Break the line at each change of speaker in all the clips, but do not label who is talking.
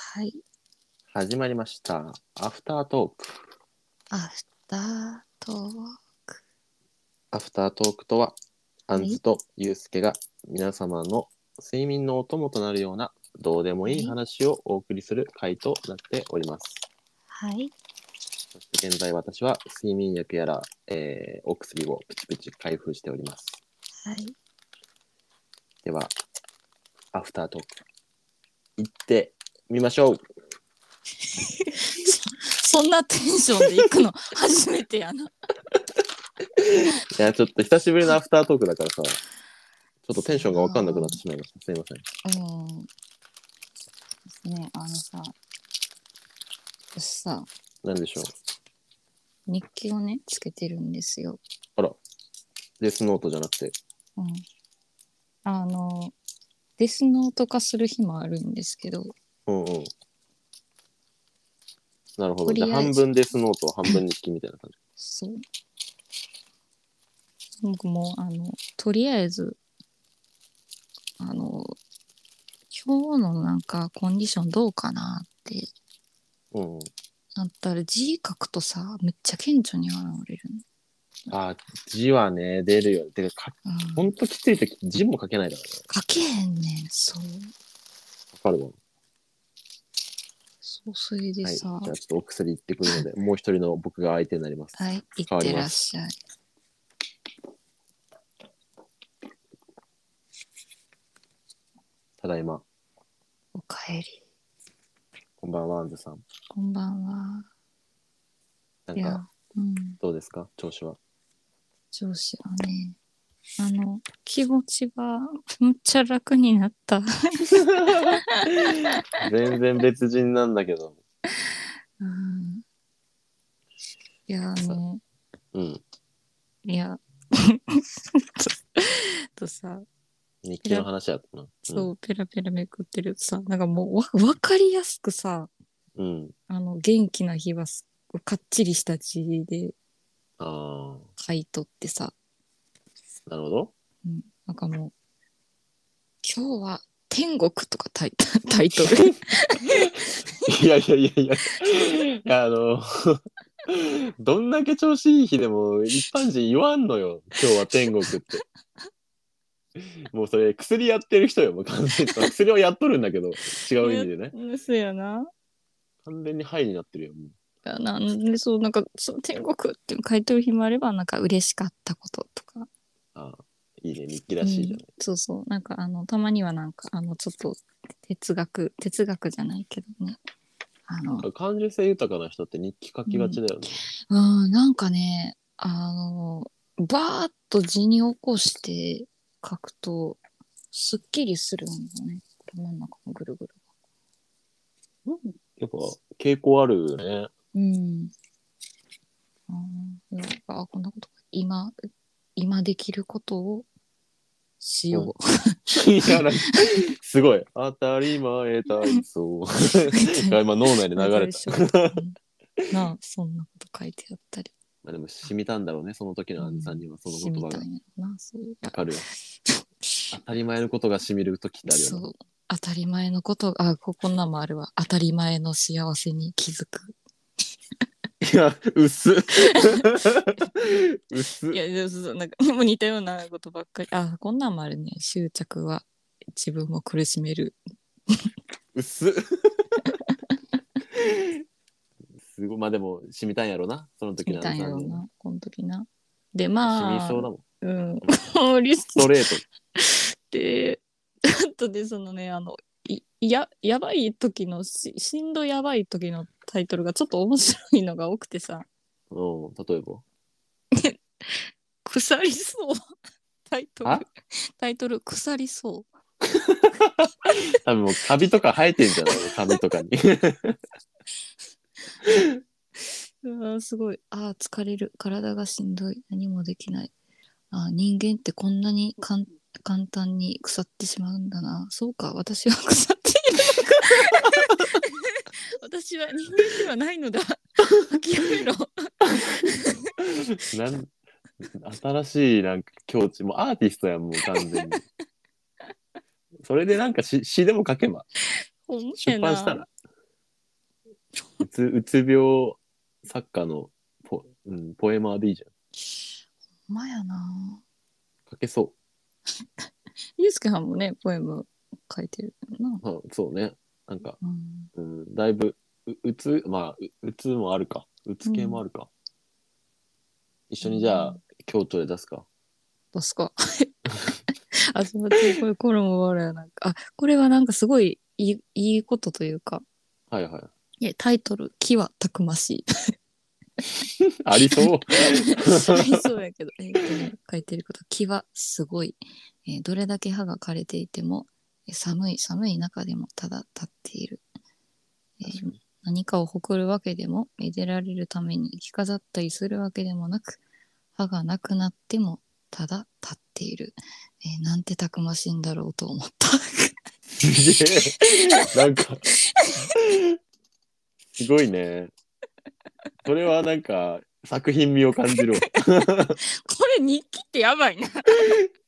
はい。
始まりました。アフタートーク。
アフタートーク。
アフタートークとは、アンズとユうスケが皆様の睡眠のお供となるようなどうでもいい話をお送りする回となっております。
はい。
そして現在私は睡眠薬やら、えーお薬をプチプチ開封しております。
はい。
では、アフタートーク、行ってみましょう。
そんなテンションで行くの 初めてやな。
いや、ちょっと久しぶりのアフタートークだからさ、ちょっとテンションがわかんなくなってしまいました。すいません。
うん。ですね、あのさ、私さ、
なんでしょう。
日記をね、つけてるんですよ。
あら、デスノートじゃなくて、
うん。あの、デスノート化する日もあるんですけど、
うんうん。なるほど。
とり
じ
あえず
ゃあ半分デスノート、半分日記みたいな感じ。
そう。僕もうあの、とりあえず、あの、今日のなんかコンディションどうかなって
うんうん。
なったら字書くとさ、めっちゃ顕著に現れる
あー、字はね、出るよね。てか、か
の。う
ほ
ん、
んときついとき字も書けないだろうね。
書けへんねん、そう。
わかるわ。
そう、それで
はい。じ
さ、
ゃ
は
あちょっとお薬行ってくる ので、もう一人の僕が相手になります。
い、いってらっしゃい。
ただいま。
おかえり。
こんばんは、アンズさん。
こんばんは。
なん
い
か、
や、うん。
どうですか調子は。
上司はね、あの、気持ちが むっちゃ楽になった。
全然別人なんだけど。
うんいやね、
うん。
いや、とさ、
日記の話やったな。
そう、ペラペラめくってるとさ、なんかもうわ分かりやすくさ、
うん。うん。
あの、元気な日はすかっちりした字で
あ
書いとってさ、
あ、なるほど。
うん、なんかもう、今日は天国とかタイ タタイトル。
いやいやいやいや、いやあの、どんだけ調子いい日でも一般人言わんのよ、今日は天国って。もうそれ薬やってる人よ、もう完全に。薬をやっとるんだけど、違う意味でね。
そうやな。
完全にハイになってるよ、もう
なんでそう、なんか、そう天国って書いてる日もあれば、なんか嬉しかったこととか。
ああいいね、日記らしいじゃない。
そうそうなんかあのたまにはなんかあのちょっと哲学哲学じゃないけどねあの
感受性豊かな人って日記書きがちだよね。
うんなんかねあのバーッと字に起こして書くとすっきりするんだね頭の中もぐるぐる
やっぱ傾向あるよね。
うんあーいやあこんなこと今今できることをしよう、
いやなんかすごい。当たり前体操 が今脳内で流 れた。
うんなあそんなこと書いてあったり
まあでも染みたんだろうね、その時のアンさんにはその
し
言
み
葉
た
が
い。ななそう
わか るよ。当たり前のことが染みる時ってあるよ
そ
ね。
う当たり前のことあここんなんもあるわ当たり前の幸せに気づく
いや、 薄っ。薄っ
い。やでもそうなんかもう似たようなことばっかりあこんなんもあるね執着は自分を苦しめる
薄っ。すごい。まあでも、染みたんやろな、その時
み
の
た
ア
い
ンさ
なんの
に。
なこの時なで
染み
まあ
そうだもん。
うん もうリス
ストレート。
ってちょっとでそのねあのいややばい時のししんどやばい時のタイトルがちょっと面白いのが多くてさ
うん、例えば。
腐りそう。 タイト
あ
ル。タイトル、腐りそ
多分もうカビとか生えてんじゃないカビと かに。
う。うわーすごい。ああ、疲れる。体がしんどい。何もできない。あー人間ってこんなにかん簡単に腐ってしまうんだな。そうか、私は腐っているのか。 私は人間ではないのだ。諦めろ。
なん新しいなんか境地もうアーティストやんもう完全にそれでなんか詩詩でも書けば
ほんま
出
や
版したら
な。
うつ うつ病作家のポ,、うん、ポエマーでいいじゃん
ほんまやな
書けそ
ゆうすけはんもねポエム書いてるな、
う、まあ、そうねなんか、
うん、
うん、だいぶううつまあううつもあるかうつ系もあるか、一緒にじゃあ京都で出すか
どうすか あそう私これコロも終わるやなんかあこれはなんかすごいいいいいことというか
はいはい
いやタイトル「木はたくましい」
あり そう。
ありそうやけど、えーとね書いてること「気はすごい、えーどれだけ歯が枯れていてもえー寒い寒い中でもただ立っている」えー何かを誇るわけでもめでられるために着飾ったりするわけでもなく歯がなくなってもただ立っている」えーなんてたくましいんだろうと思った
すげえ。なんか、すごいね。それはなんか、作品味を感じるわ。
これ日記ってやばいな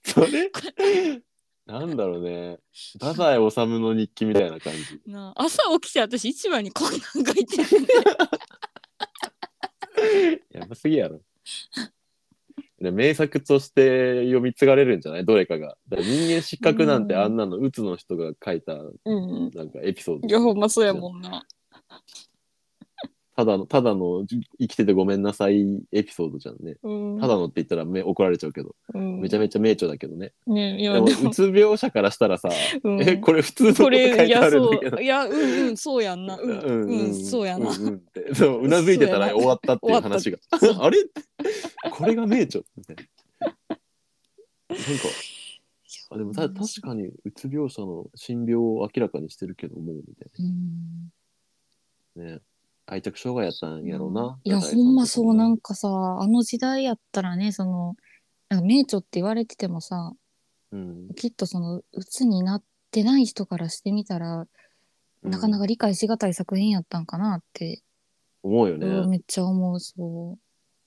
それ、 なんだろうね。太宰治の日記みたいな感じ。
なあ朝起きて私一番にこんなん書いてる
やばすぎやろ。で名作として読み継がれるんじゃないどれかが。だから人間失格なんてあんなの、うつの人が書いた
うん
なんかエピソード。
いやほんまそうやもんな
ただの、ただのじ生きててごめんなさいエピソードじゃんね。
うん
ただのって言ったらめ怒られちゃうけど、
うん
めちゃめちゃ名著だけどね。
ねいや
でも、
でも
うつ病者からしたらさ、
うん
え、これ普通のこと書
こ
い
れい
て
や
あるん
そ
だけど
う。いやうんうんそうやんなうんうん、そうやな、
うんうんってそううなずいてたら
そうやな
終わったっていう話が。あれこれが名著みたいな。なんか、あでもた確かにうつ病者の診療を明らかにしてるけども、みたい
うん
なね。愛着障害やったんやろうな。
いやほんまそうなんんかさあの時代やったらねそのなんか名著って言われててもさ
うん、
きっとそのうつになってない人からしてみたら、なかなか理解しがたい作品やったんかなって、
思うよね。
うんめっちゃ思うそ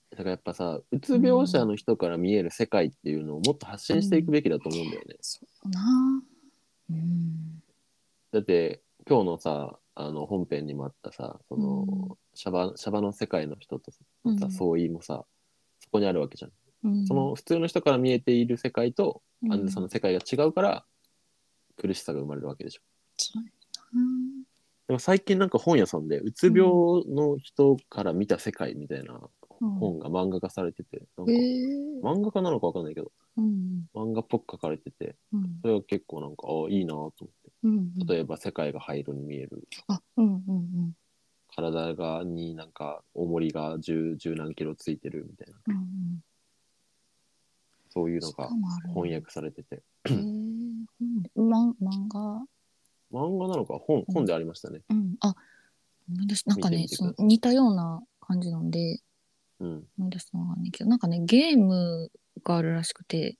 だからやっぱさうつ病者の人から見える世界っていうのをもっと発信していくべきだと思うんだよね
う。そうなうん
だって今日のさあの本編にもあったさその、
うん
シャバシャバの世界の人とさ
うん
相違もさ、そこにあるわけじゃん。
うん
その普通の人から見えている世界と
うん
アンデさんの世界が違うから苦しさが生まれるわけでしょ。
そうやな
でも最近なんか本屋さんでうつ病の人から見た世界みたいな本が漫画化されてて、
え
なん
ー
か漫画家なのかわかんないけど
うん
漫画っぽく書かれてて。
うん
それは結構なんか、ああ、いいなと思っ
うん
て。例えば、世界が灰色に見える。
あうんうんうん
体が、になんか、重りが十、十何キロついてるみたいな。
うんうん
そういうの
そ
が
うもあるんだ
翻訳されてて。
へえ本でま漫画
漫画なのか、本、本でありましたね。
うんあ思い出しなんかね
見てみてく
そ
ださ
の
い
似たような感じなんで
うん。
思い出したのがねんけどなんかねゲームがあるらしくて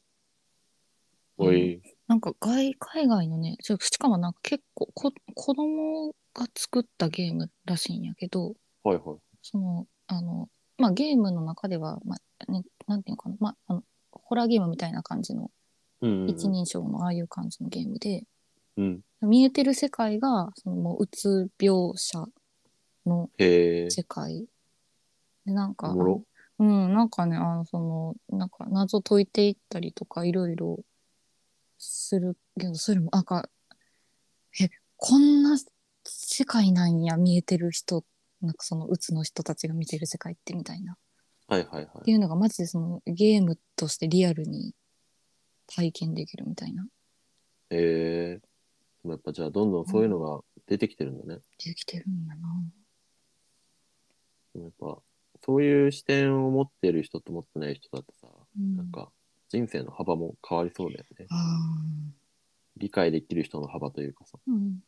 おい、
なんか外海外のねちょしかもなんか結構こ子供が作ったゲームらしいんやけど
はいはい。
そのあのまあゲームの中では、まあね、なんていうのかな、まあ、あのホラーゲームみたいな感じの
うんうんうん。
一人称のああいう感じのゲームで、
うん。
見えてる世界がそのもううつ病者の
へえ。
世界でなんか
おもろ
うんなんかねあのそのなんか謎解いていったりとかいろいろするけどそれもなんかえこんな世界なんや見えてる人なんかそのうつの人たちが見てる世界ってみたいなっ
はいはいは
て
い。
いうのがマジでそのゲームとしてリアルに体験できるみたいな
へえ。でもやっぱじゃあ、どんどんそういうのが出てきてるんだね。
できてるんやな。
でもやっぱ、そういう視点を持ってる人と持ってない人だとさ、
うん
なんか、人生の幅も変わりそうだよね。
あー
理解できる人の幅というかさ。
うん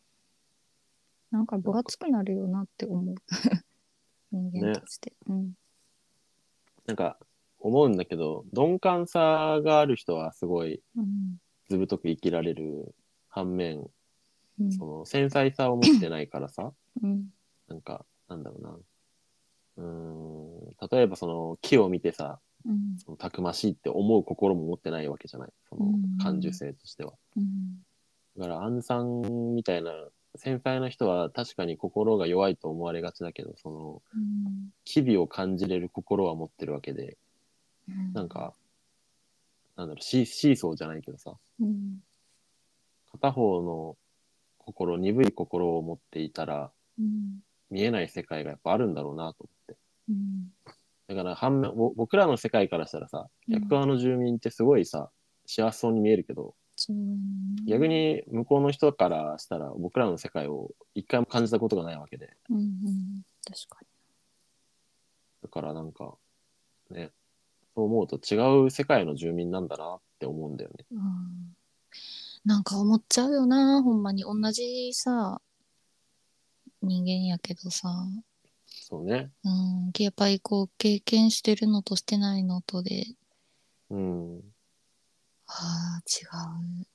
なんか分厚くなるよなって思 う人間として、うん
なんか思うんだけど鈍感さがある人はすごい
うん
ずぶとく生きられる反面
うん
その繊細さを持ってないからさ
うん
なんかなんだろうなうーん例えばその木を見てさ
うん
そのたくましいって思う心も持ってないわけじゃないその
うん
感受性としては。
うん
だからアンさんみたいな先輩の人は確かに心が弱いと思われがちだけど、その、
うん
機微を感じれる心は持ってるわけで、
うん
なんか、なんだろう、シーシーソーじゃないけどさ、
うん
片方の心、鈍い心を持っていたら、
うん
見えない世界がやっぱあるんだろうなと思って。
うん
だから反面、ぼ僕らの世界からしたらさ、
うん
逆側の住民ってすごいさ、幸せそうに見えるけど、
そうやね
逆に向こうの人からしたら、僕らの世界を一回も感じたことがないわけで。
うんうん確か
だからなんか、ね、そう思うと違う世界の住民なんだなって思うんだよね。
にうんなんか思っちゃうよなほんまに同じさ人間やけどさ
そうね。
うんやっぱりこう経験してるのとしてないのとで
うん。
ああ違う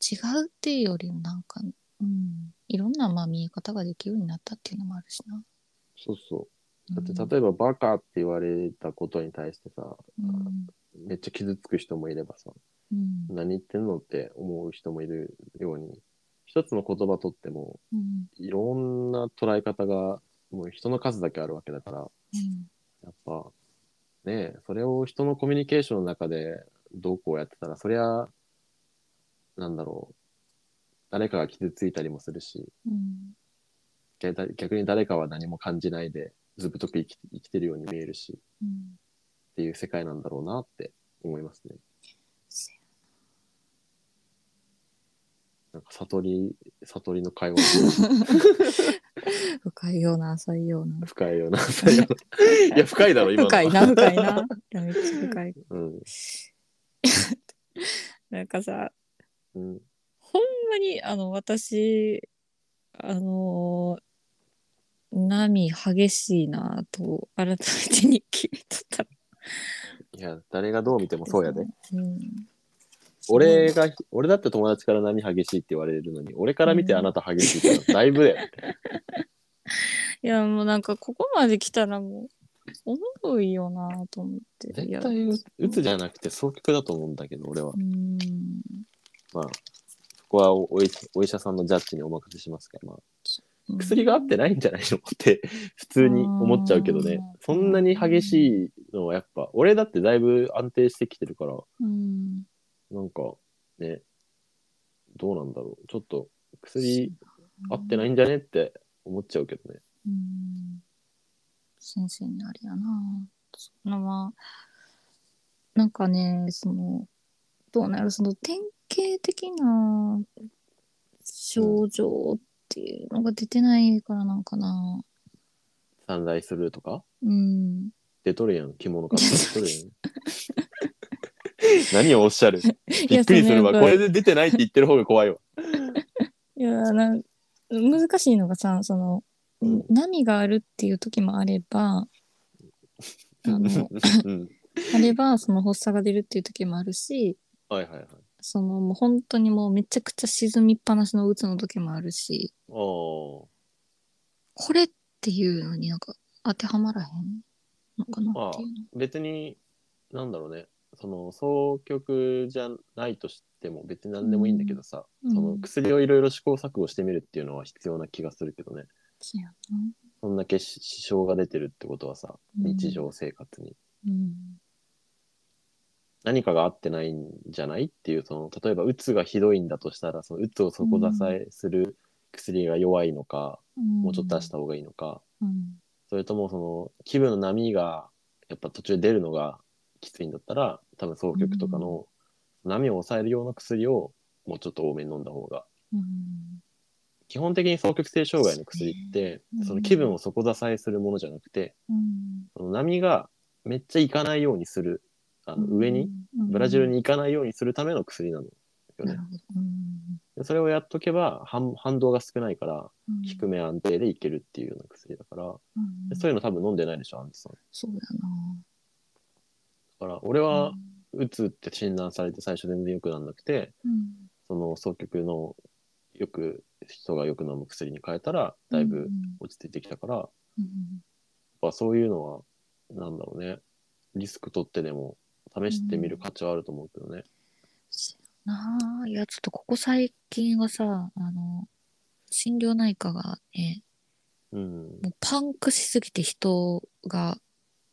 違うっていうよりもなんかうんいろんなまあ見え方ができるようになったっていうのもあるしな。
そうそうう。だ
ん
って例えばバカって言われたことに対してさ、
うん
めっちゃ傷つく人もいればさ、
うん
何言ってんのって思う人もいるように、一つの言葉とっても、
うん
いろんな捉え方が、もう人の数だけあるわけだから、
うん
やっぱ、ねえ、それを人のコミュニケーションの中でどうこうやってたら、そりゃ、なんだろう、誰かが傷ついたりもするし、
うん
逆に逆に誰かは何も感じないで、ずぶとく生き生きてるように見えるし、
うん
っていう世界なんだろうなって思いますね。
せや
なんか悟り、悟りの会話
深いような浅いような。
深い よな。深いよないや、深いだろ、今のは
深いな深いな。いやめっちゃ深い。
うん。
なんかさ
うん。
ほんまにあの私あのー波激しいなと改めてに聞いとった。
いや、誰がどう見てもそうやで。。
うん、
俺が、俺だって友達から波激しいって言われるのに、俺から見てあなた激しいから、だいぶだよ。
いやもうなんかここまで来たらもうおもろいよなと思って。い
絶
や
対打つじゃなくて、双極だと思うんだけど、俺は
う。ん
まあ、そこはおお医お医者さんのジャッジにお任せしますから、まあ、薬が合ってないんじゃないのって、 普通に思っちゃうけどね
あー。
そんなに激しいのはやっぱ、俺だってだいぶ安定してきてるから、
うん
なんか、ね、どうなんだろう。ちょっと、薬合ってないんじゃねって思っちゃうけどね。
うん先生にあれやなそんなまあなんかねそのどうなるその典型的な症状っていうのが出てないからなんかな
散財するとか
うん
出とるやん、着物買って出とるやん。 何をおっしゃる
い
び
や
っくりするわ。
その
これで出てないって言ってる方が怖いわ。
いやなん難しいのがさその、
うん
波があるっていう時もあればあの
うん
あればその発作が出るっていう時もあるし
はいはいはい。あ
そのもう本当にもうめちゃくちゃ沈みっぱなしの鬱の時もあるし
あ
これっていうのになんか当てはまらへんのかなっていうの。
別に、なんだろうね。その、双極じゃないとしても、別に何でもいいんだけどさ、
うん
その薬をいろいろ試行錯誤してみるっていうのは必要な気がするけどね。
そうやな
そんだけし支障が出てるってことはさ、
うん
日常生活に。
うん
何かが合ってないんじゃないっていうその例えばうつがひどいんだとしたらそのうつを底支えする薬が弱いのか、
うん
もうちょっと出した方がいいのか
うん
それともその気分の波がやっぱ途中で出るのがきついんだったら多分双極とかの波を抑えるような薬をもうちょっと多めに飲んだ方が
うん
基本的に双極性障害の薬っ
そう
て
ねうん
その気分を底支えするものじゃなくて
うん
その波がめっちゃ行かないようにするあの上に
うん
ブラジルに行かないようにするための薬なのよ
なる。
ね
ほどうん
でそれをやっとけば反反動が少ないから
うん
低め安定でいけるっていうような薬だから、
うん
でそういうの多分飲んでないでしょアンジュさんだ
そうやな
から俺は
うん
うつって診断されて最初全然良くなんなくて
うん
その双極のよく人がよく飲む薬に変えたらだいぶ落ち着いてきたから、やっ
うん
ぱそういうのはなんだろうねリスク取ってでも試してみる価値はあると思うけどね、
そうやなあいやちょっとここ最近はさあの心療内科がね、
うん。
もうパンクしすぎて人が、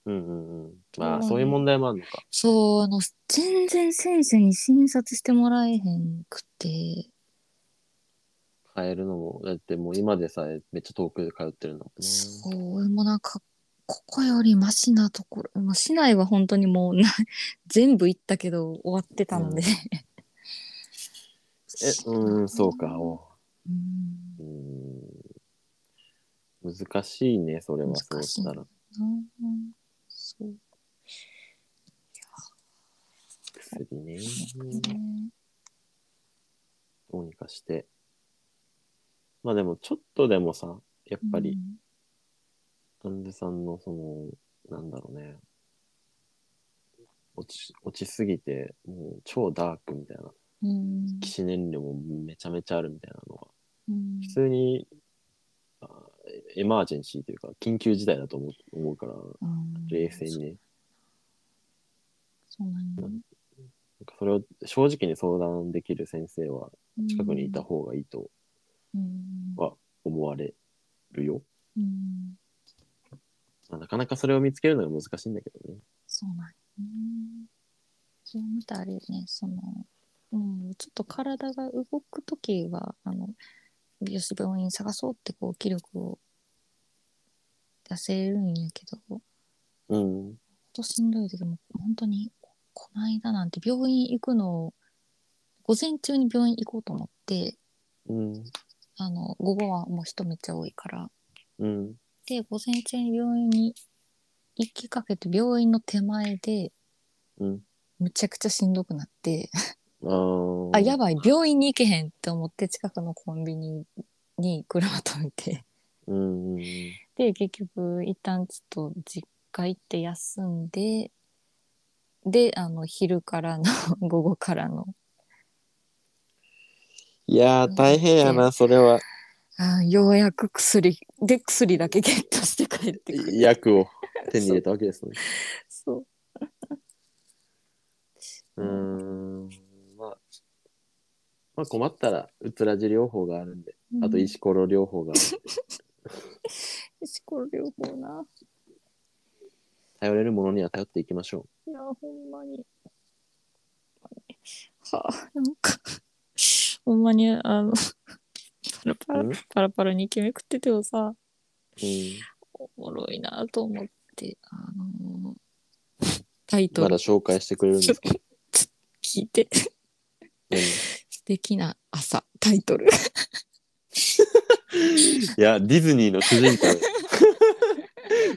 うんうんうん。まあ、そういう問題もあるのか。
そう、あの、全然先生に診察してもらえへんくて、
変えるのも、だってもう今でさえめっちゃ遠くで通ってるんだもんね。
そう、俺もなんか、ここよりマシなところ、まあ、市内は本当にもうな全部行ったけど終わってたので、
え、うん、そうか。お
うん
う、ん。難しいね、それはそうしたら。
うんそう
薬ね。
ね。
どうにかして。まあでも、ちょっとでもさ、やっぱり、患者さんのその、なんだろうね。落ち、落ちすぎて、もう超ダークみたいな。
うん。うん
起死燃料もめちゃめちゃあるみたいなのは、
うん
普通に、あエマージェンシーというか、緊急事態だと思う思うから、
うん
冷静にね。
そうなんだ
なんかそれを正直に相談できる先生は
うん
近くにいた方がいいと
うん
は思われるよ。
うん
まあなかなかそれを見つけるのが難しいんだけどね。
そうなんやねそう思ったらあれよね、その、うん、ちょっと体が動くときは、あの、美容師病院探そうってこう、気力を出せるんやけど、ほん
うん。
としんどいときも、本当に、ここの間なんて病院行くのを、午前中に病院行こうと思って、
うん。
あの、午後はもう人めっちゃ多いから、
うん。
で、午前中に病院に行きかけて、病院の手前で、
うん。
むちゃくちゃしんどくなって、
あー
あ、やばい、病院に行けへんって思って、近くのコンビニに車止めて、
うん。うん。
で、結局、一旦ちょっと実家行って休んで、で、あの、昼からの、 午後からの、
いやー、大変やな、それは。
あようやく薬、で、薬だけゲットして帰ってくる。
薬を手に入れたわけですね。
そう。
うーん。まあ、まあ困ったら、うつらじ療法があるんで、あと
うん
石ころ療法があるんで、
石ころ療法な。
頼れるものには頼っていきましょう。
いや、ほんまに。はあ、なんか、ほんまに、あの、パラパラ
ん、
パラパラに決めくっててもさ、
うん
おもろいなと思って、あのータイト
ま
ル
だ紹介してくれるんですか
聞いて、
うん
素敵な朝、タイトル。
いや、ディズニーの主人 公。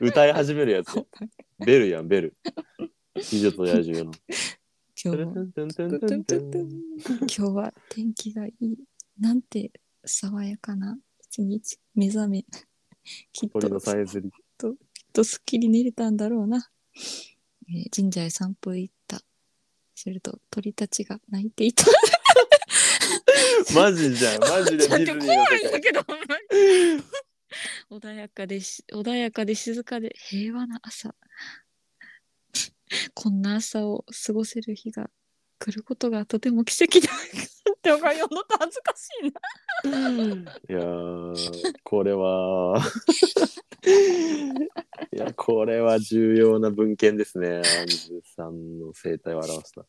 歌い始めるやつ。ベルやん、ベル。美女と野獣 の。
今日も、今日は天気がいい。なんて爽やかな一日、目覚め。きっ
鳥
と
のさえずり。
ちょっとすっきり寝れたんだろうな、えー神社へ散歩へ行ったすると鳥たちが鳴いてい た
マジじゃん、マジでディズニーの世界。
けどほんまに穏やかでし穏やかで静かで平和な朝 こんな朝を過ごせる日が来ることがとても奇跡だっておか読んのと恥ずかしいない
やー、こ れは。いや、これは重要な文献ですね。アンズさんの生態を表した。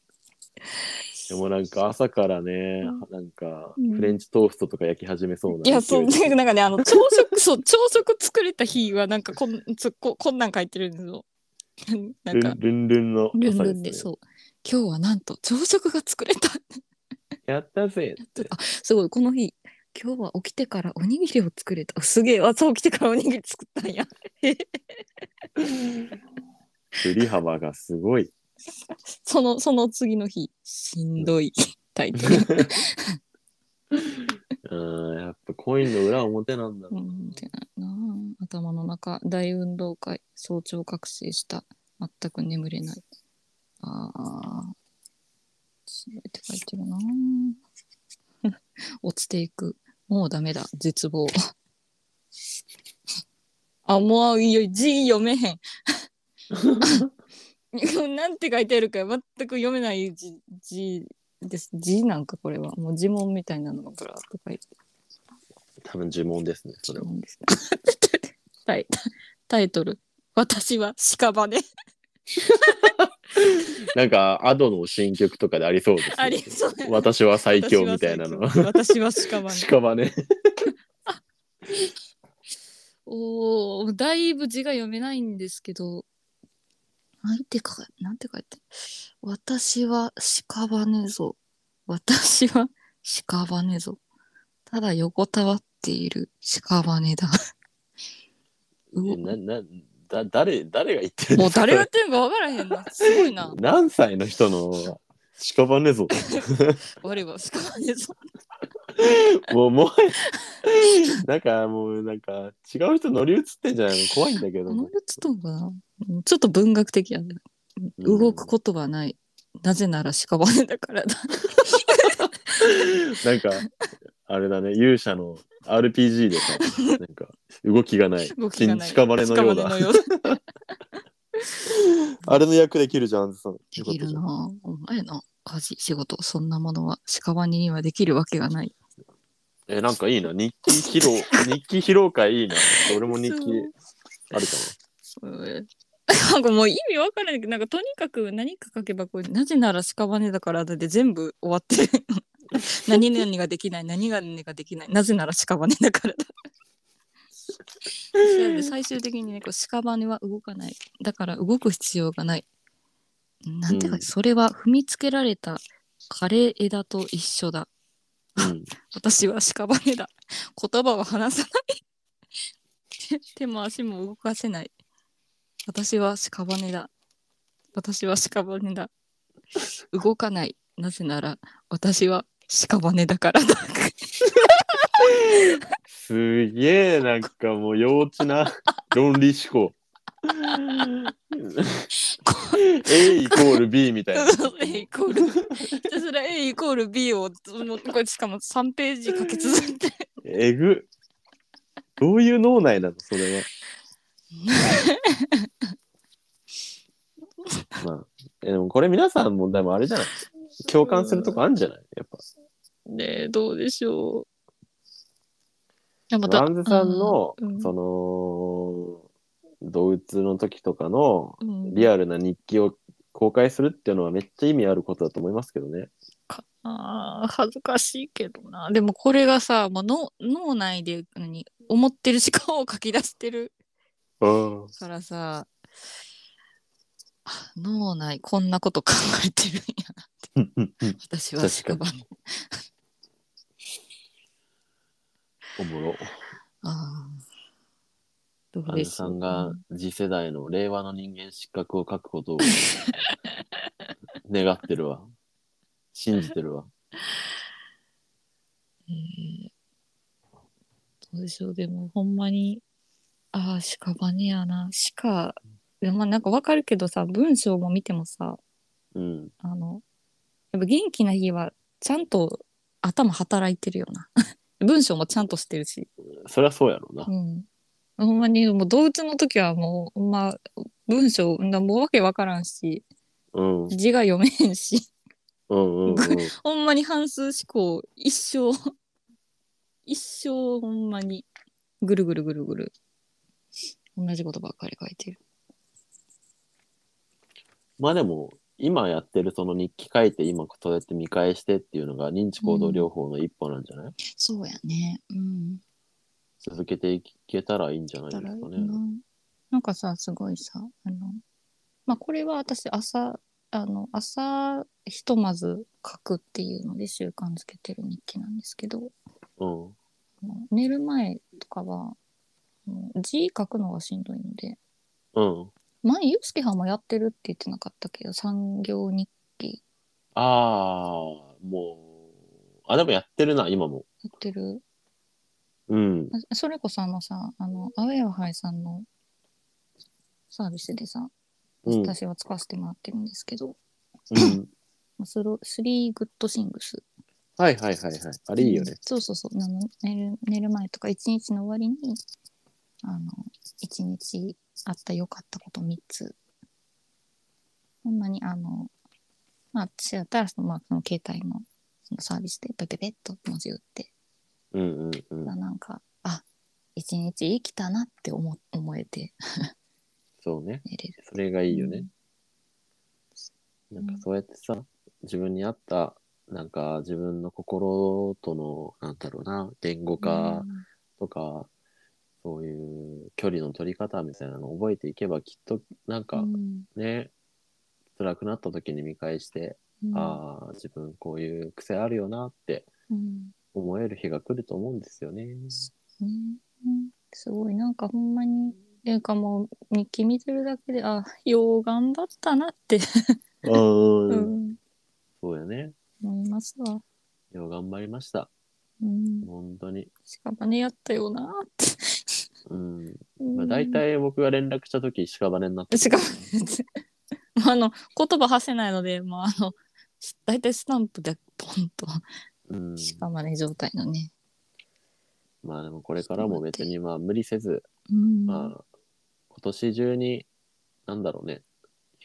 でもなんか朝からね、なんかフレンチトーストとか焼き始めそうな
い
勢いで。
やそうなんかねあの朝食 そう朝食作れた日はなんかこんつここんなん書いてるんですよなんか
ルンルンルンの
ルン
朝
ル
で
ンで、
すね
そう。今日はなんと朝食が作れた。
やったぜって
あすごい、この日、今日は起きてからおにぎりを作れた。すげえ、朝起きてからおにぎり作ったんや。
振り幅がすごい
その、その次の日、しんどいタイトル。
うんやっぱコインの裏表なんだ
う
ろ
ん、ってないなあ頭の中、大運動会、早朝覚醒した。全く眠れない。ああ。すごいって書いてるなあ 落ちていく。もうダメだ。絶望。 あ、もういいよ。字読めへん。 なんて書いてあるか全く読めない字字です。字なんかこれは。もう字文みたいなのがブラーっと書いて。
う多分呪文ですね、それは。
うんです タイタイトル「私は 屍
なんか、アドの新曲とかでありそうです、ね」。
ありそうやな
私は最強みたいなの。
私は最強私 は屍
しかもね。
おおだいぶ字が読めないんですけどなんてかなんて書いてある私は屍ぞ私は屍ぞただ横たわっている屍だうお
ななだ誰誰が言ってるん
も
で
う
すか
誰が言ってるか分からへんなすごいな
これ何歳の人の屍ぞ。
我は屍ぞ
もうもはやなんかもうなんか違う人乗り移ってんじゃないの怖いんだけど
何
も
でつったのかなうんちょっと文学的やね動くことはない、なぜなら屍だからだ
なんかあれだね勇者の RPG でさなんか動きがない
動きがない
屍のよ うだ
屍ようだ
あれの役できるじゃんあんずさん
で
よかっ
き
た
る
じゃん
なお前の家事仕事そんなものは屍にはできるわけがない
えなんかいいな日記披露日記披露会いいな俺も日記あるか
うん なんかもう意味わからないけどなんかとにかく何か書けばこうなぜなら屍だからだで全部終わってる 何々ができない何々ができないなぜなら屍だからだそうやって最終的にねこう屍は動かないだから動く必要がないなんていうか、
うん
それは踏みつけられた枯れ枝と一緒だ
なうん
私は屍だ言葉は話さない手 手も足も動かせない私は屍だ私は屍だ動かないなぜなら私は屍だからだ
すげえなんかもう幼稚な論理思考。A イコール B みたいな。
A イコ ールひたすら A イコール B をもうこれしかも3ページかけ続けて
えぐ。どういう脳内なのそれは。まあ、えでもこれ皆さんもでもあれじゃない共感するとこあるんじゃないやっ
ねえどうでしょういやま
ぱ。アンズさんの、
うん
その、動物の時とかの
うん
リアルな日記を公開するっていうのはめっちゃ意味あることだと思いますけどね。
あー恥ずかしいけどなでもこれがさ、まあ、脳脳内で何思ってる時間を書き出してる
うん。
からさあ脳内こんなこと考えてるんや私は
確か
屍
おもろ。
あーど
ア
う
ン
で
ズ
しょ
さ
うん
が次世代の令和の人間失格を書くことを 願ってるわ。信じてるわ。
えーどうでしょうでもほんまにああ屍やなしかでもまあなんかわかるけどさ文章も見てもさ
うん。
あの、やっぱ元気な日はちゃんと頭働いてるよな。 文章もちゃんとしてるし。
そりゃそうやろうな
う。ん。ほんまに、もう動物の時はもう、ほんま文章、なもうわけわからんし、
うん。うん
字が読めへんし、
うんうん。
ほんまに半数思考、一生、 一生ほんまに、ぐるぐるぐるぐる。同じことばっかり書いてる。
まあでも、今やってるその日記書いて今そうやって見返してっていうのが認知行動療法の一歩なんじゃない、
そうやね。うん。
続けていけたらいいんじゃない
だ
で
から
す
な
かね。
なんかさすごいさあのまあこれは私朝あの朝ひとまず書くっていうので習慣づけてる日記なんですけど
うん。
あの寝る前とかはあの字書くのがしんどいので
うん。
前ユースケはんもやってるって言ってなかったけど産業日記
ああ、もう。あ、でもやってるな、今も。
やってる
うん。
あそれこそあのさあのアウェイはハイさんのサービスでさ
うん。
私は使わせてもらってるんですけど、
うん
スロスリーグッドシングス。
はいはいはいはい。あれいいよね。
そうそうそう。あの寝る寝る前とか一日の終わりに、あの、一日あった良かったこと3つ。ほんまにあの、まあ私だったらその、まあ、その携帯のそのサービスでペペペッと文字打って
うんうんうん。
なんかあ一日生きたなって思思えて
そうね。
寝れる
それがいいよね。なん
ん
かそうやってさ、自分に合った、なんか自分の心との、なんだろうな、言語化とか、そういう距離の取り方みたいなのを覚えていけば、きっとなん
う
か
ん
ね、辛くなった時に見返して、
うん
ああ、自分こういう癖あるよなって
うん
思える日が来ると思うんですよね。
うんすごいなんかほんまにっていうかもう日記見てるだけであよう頑張ったなって、
うん
う
うん、
ん、
そうやね。
思いますわ、
よう頑張りました。
うん、
本当に。
屍やったよなって、
うん。
うん
まあ、大体僕が連絡した時、屍になって
しかも別にまああの言葉発せないので、まあ、あのす大体スタンプでポンと
うん、
屍状態のね、
まあでもこれからも別にまあ無理せず、
うん
まあ今年中に、なんだろうね、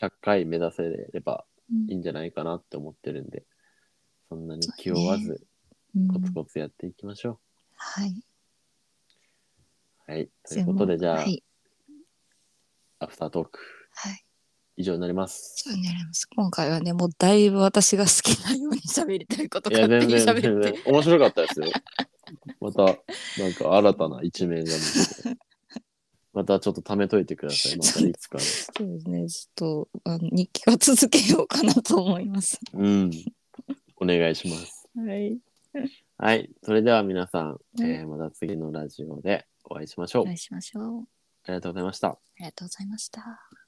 100回目指せれば
うん
いいんじゃないかなって思ってるんで、そんなに気負わ
そう
ず、
うん
コツコツやっていきましょ
はい。
う。はい。ということで、じゃあ、
はい。
アフタートーク、
はい。
以上になります。
そうになります。今回はね、もうだいぶ私が好きなように喋りたいこと
いや、
勝手
全
に
然、
喋
全
って。
然、面白かったですよ。また、なんか新たな一面が見てて。またちょっと貯めといてくださ い。またいつか。
そうですね。ちょっとあの日記は続けようかなと思います。
うん。お願いします。
はい。
はい。それでは皆さん、
うん
えーまた次のラジオでお会いしましょう。
お会いしましょう。
ありがとうございました。
ありがとうございました。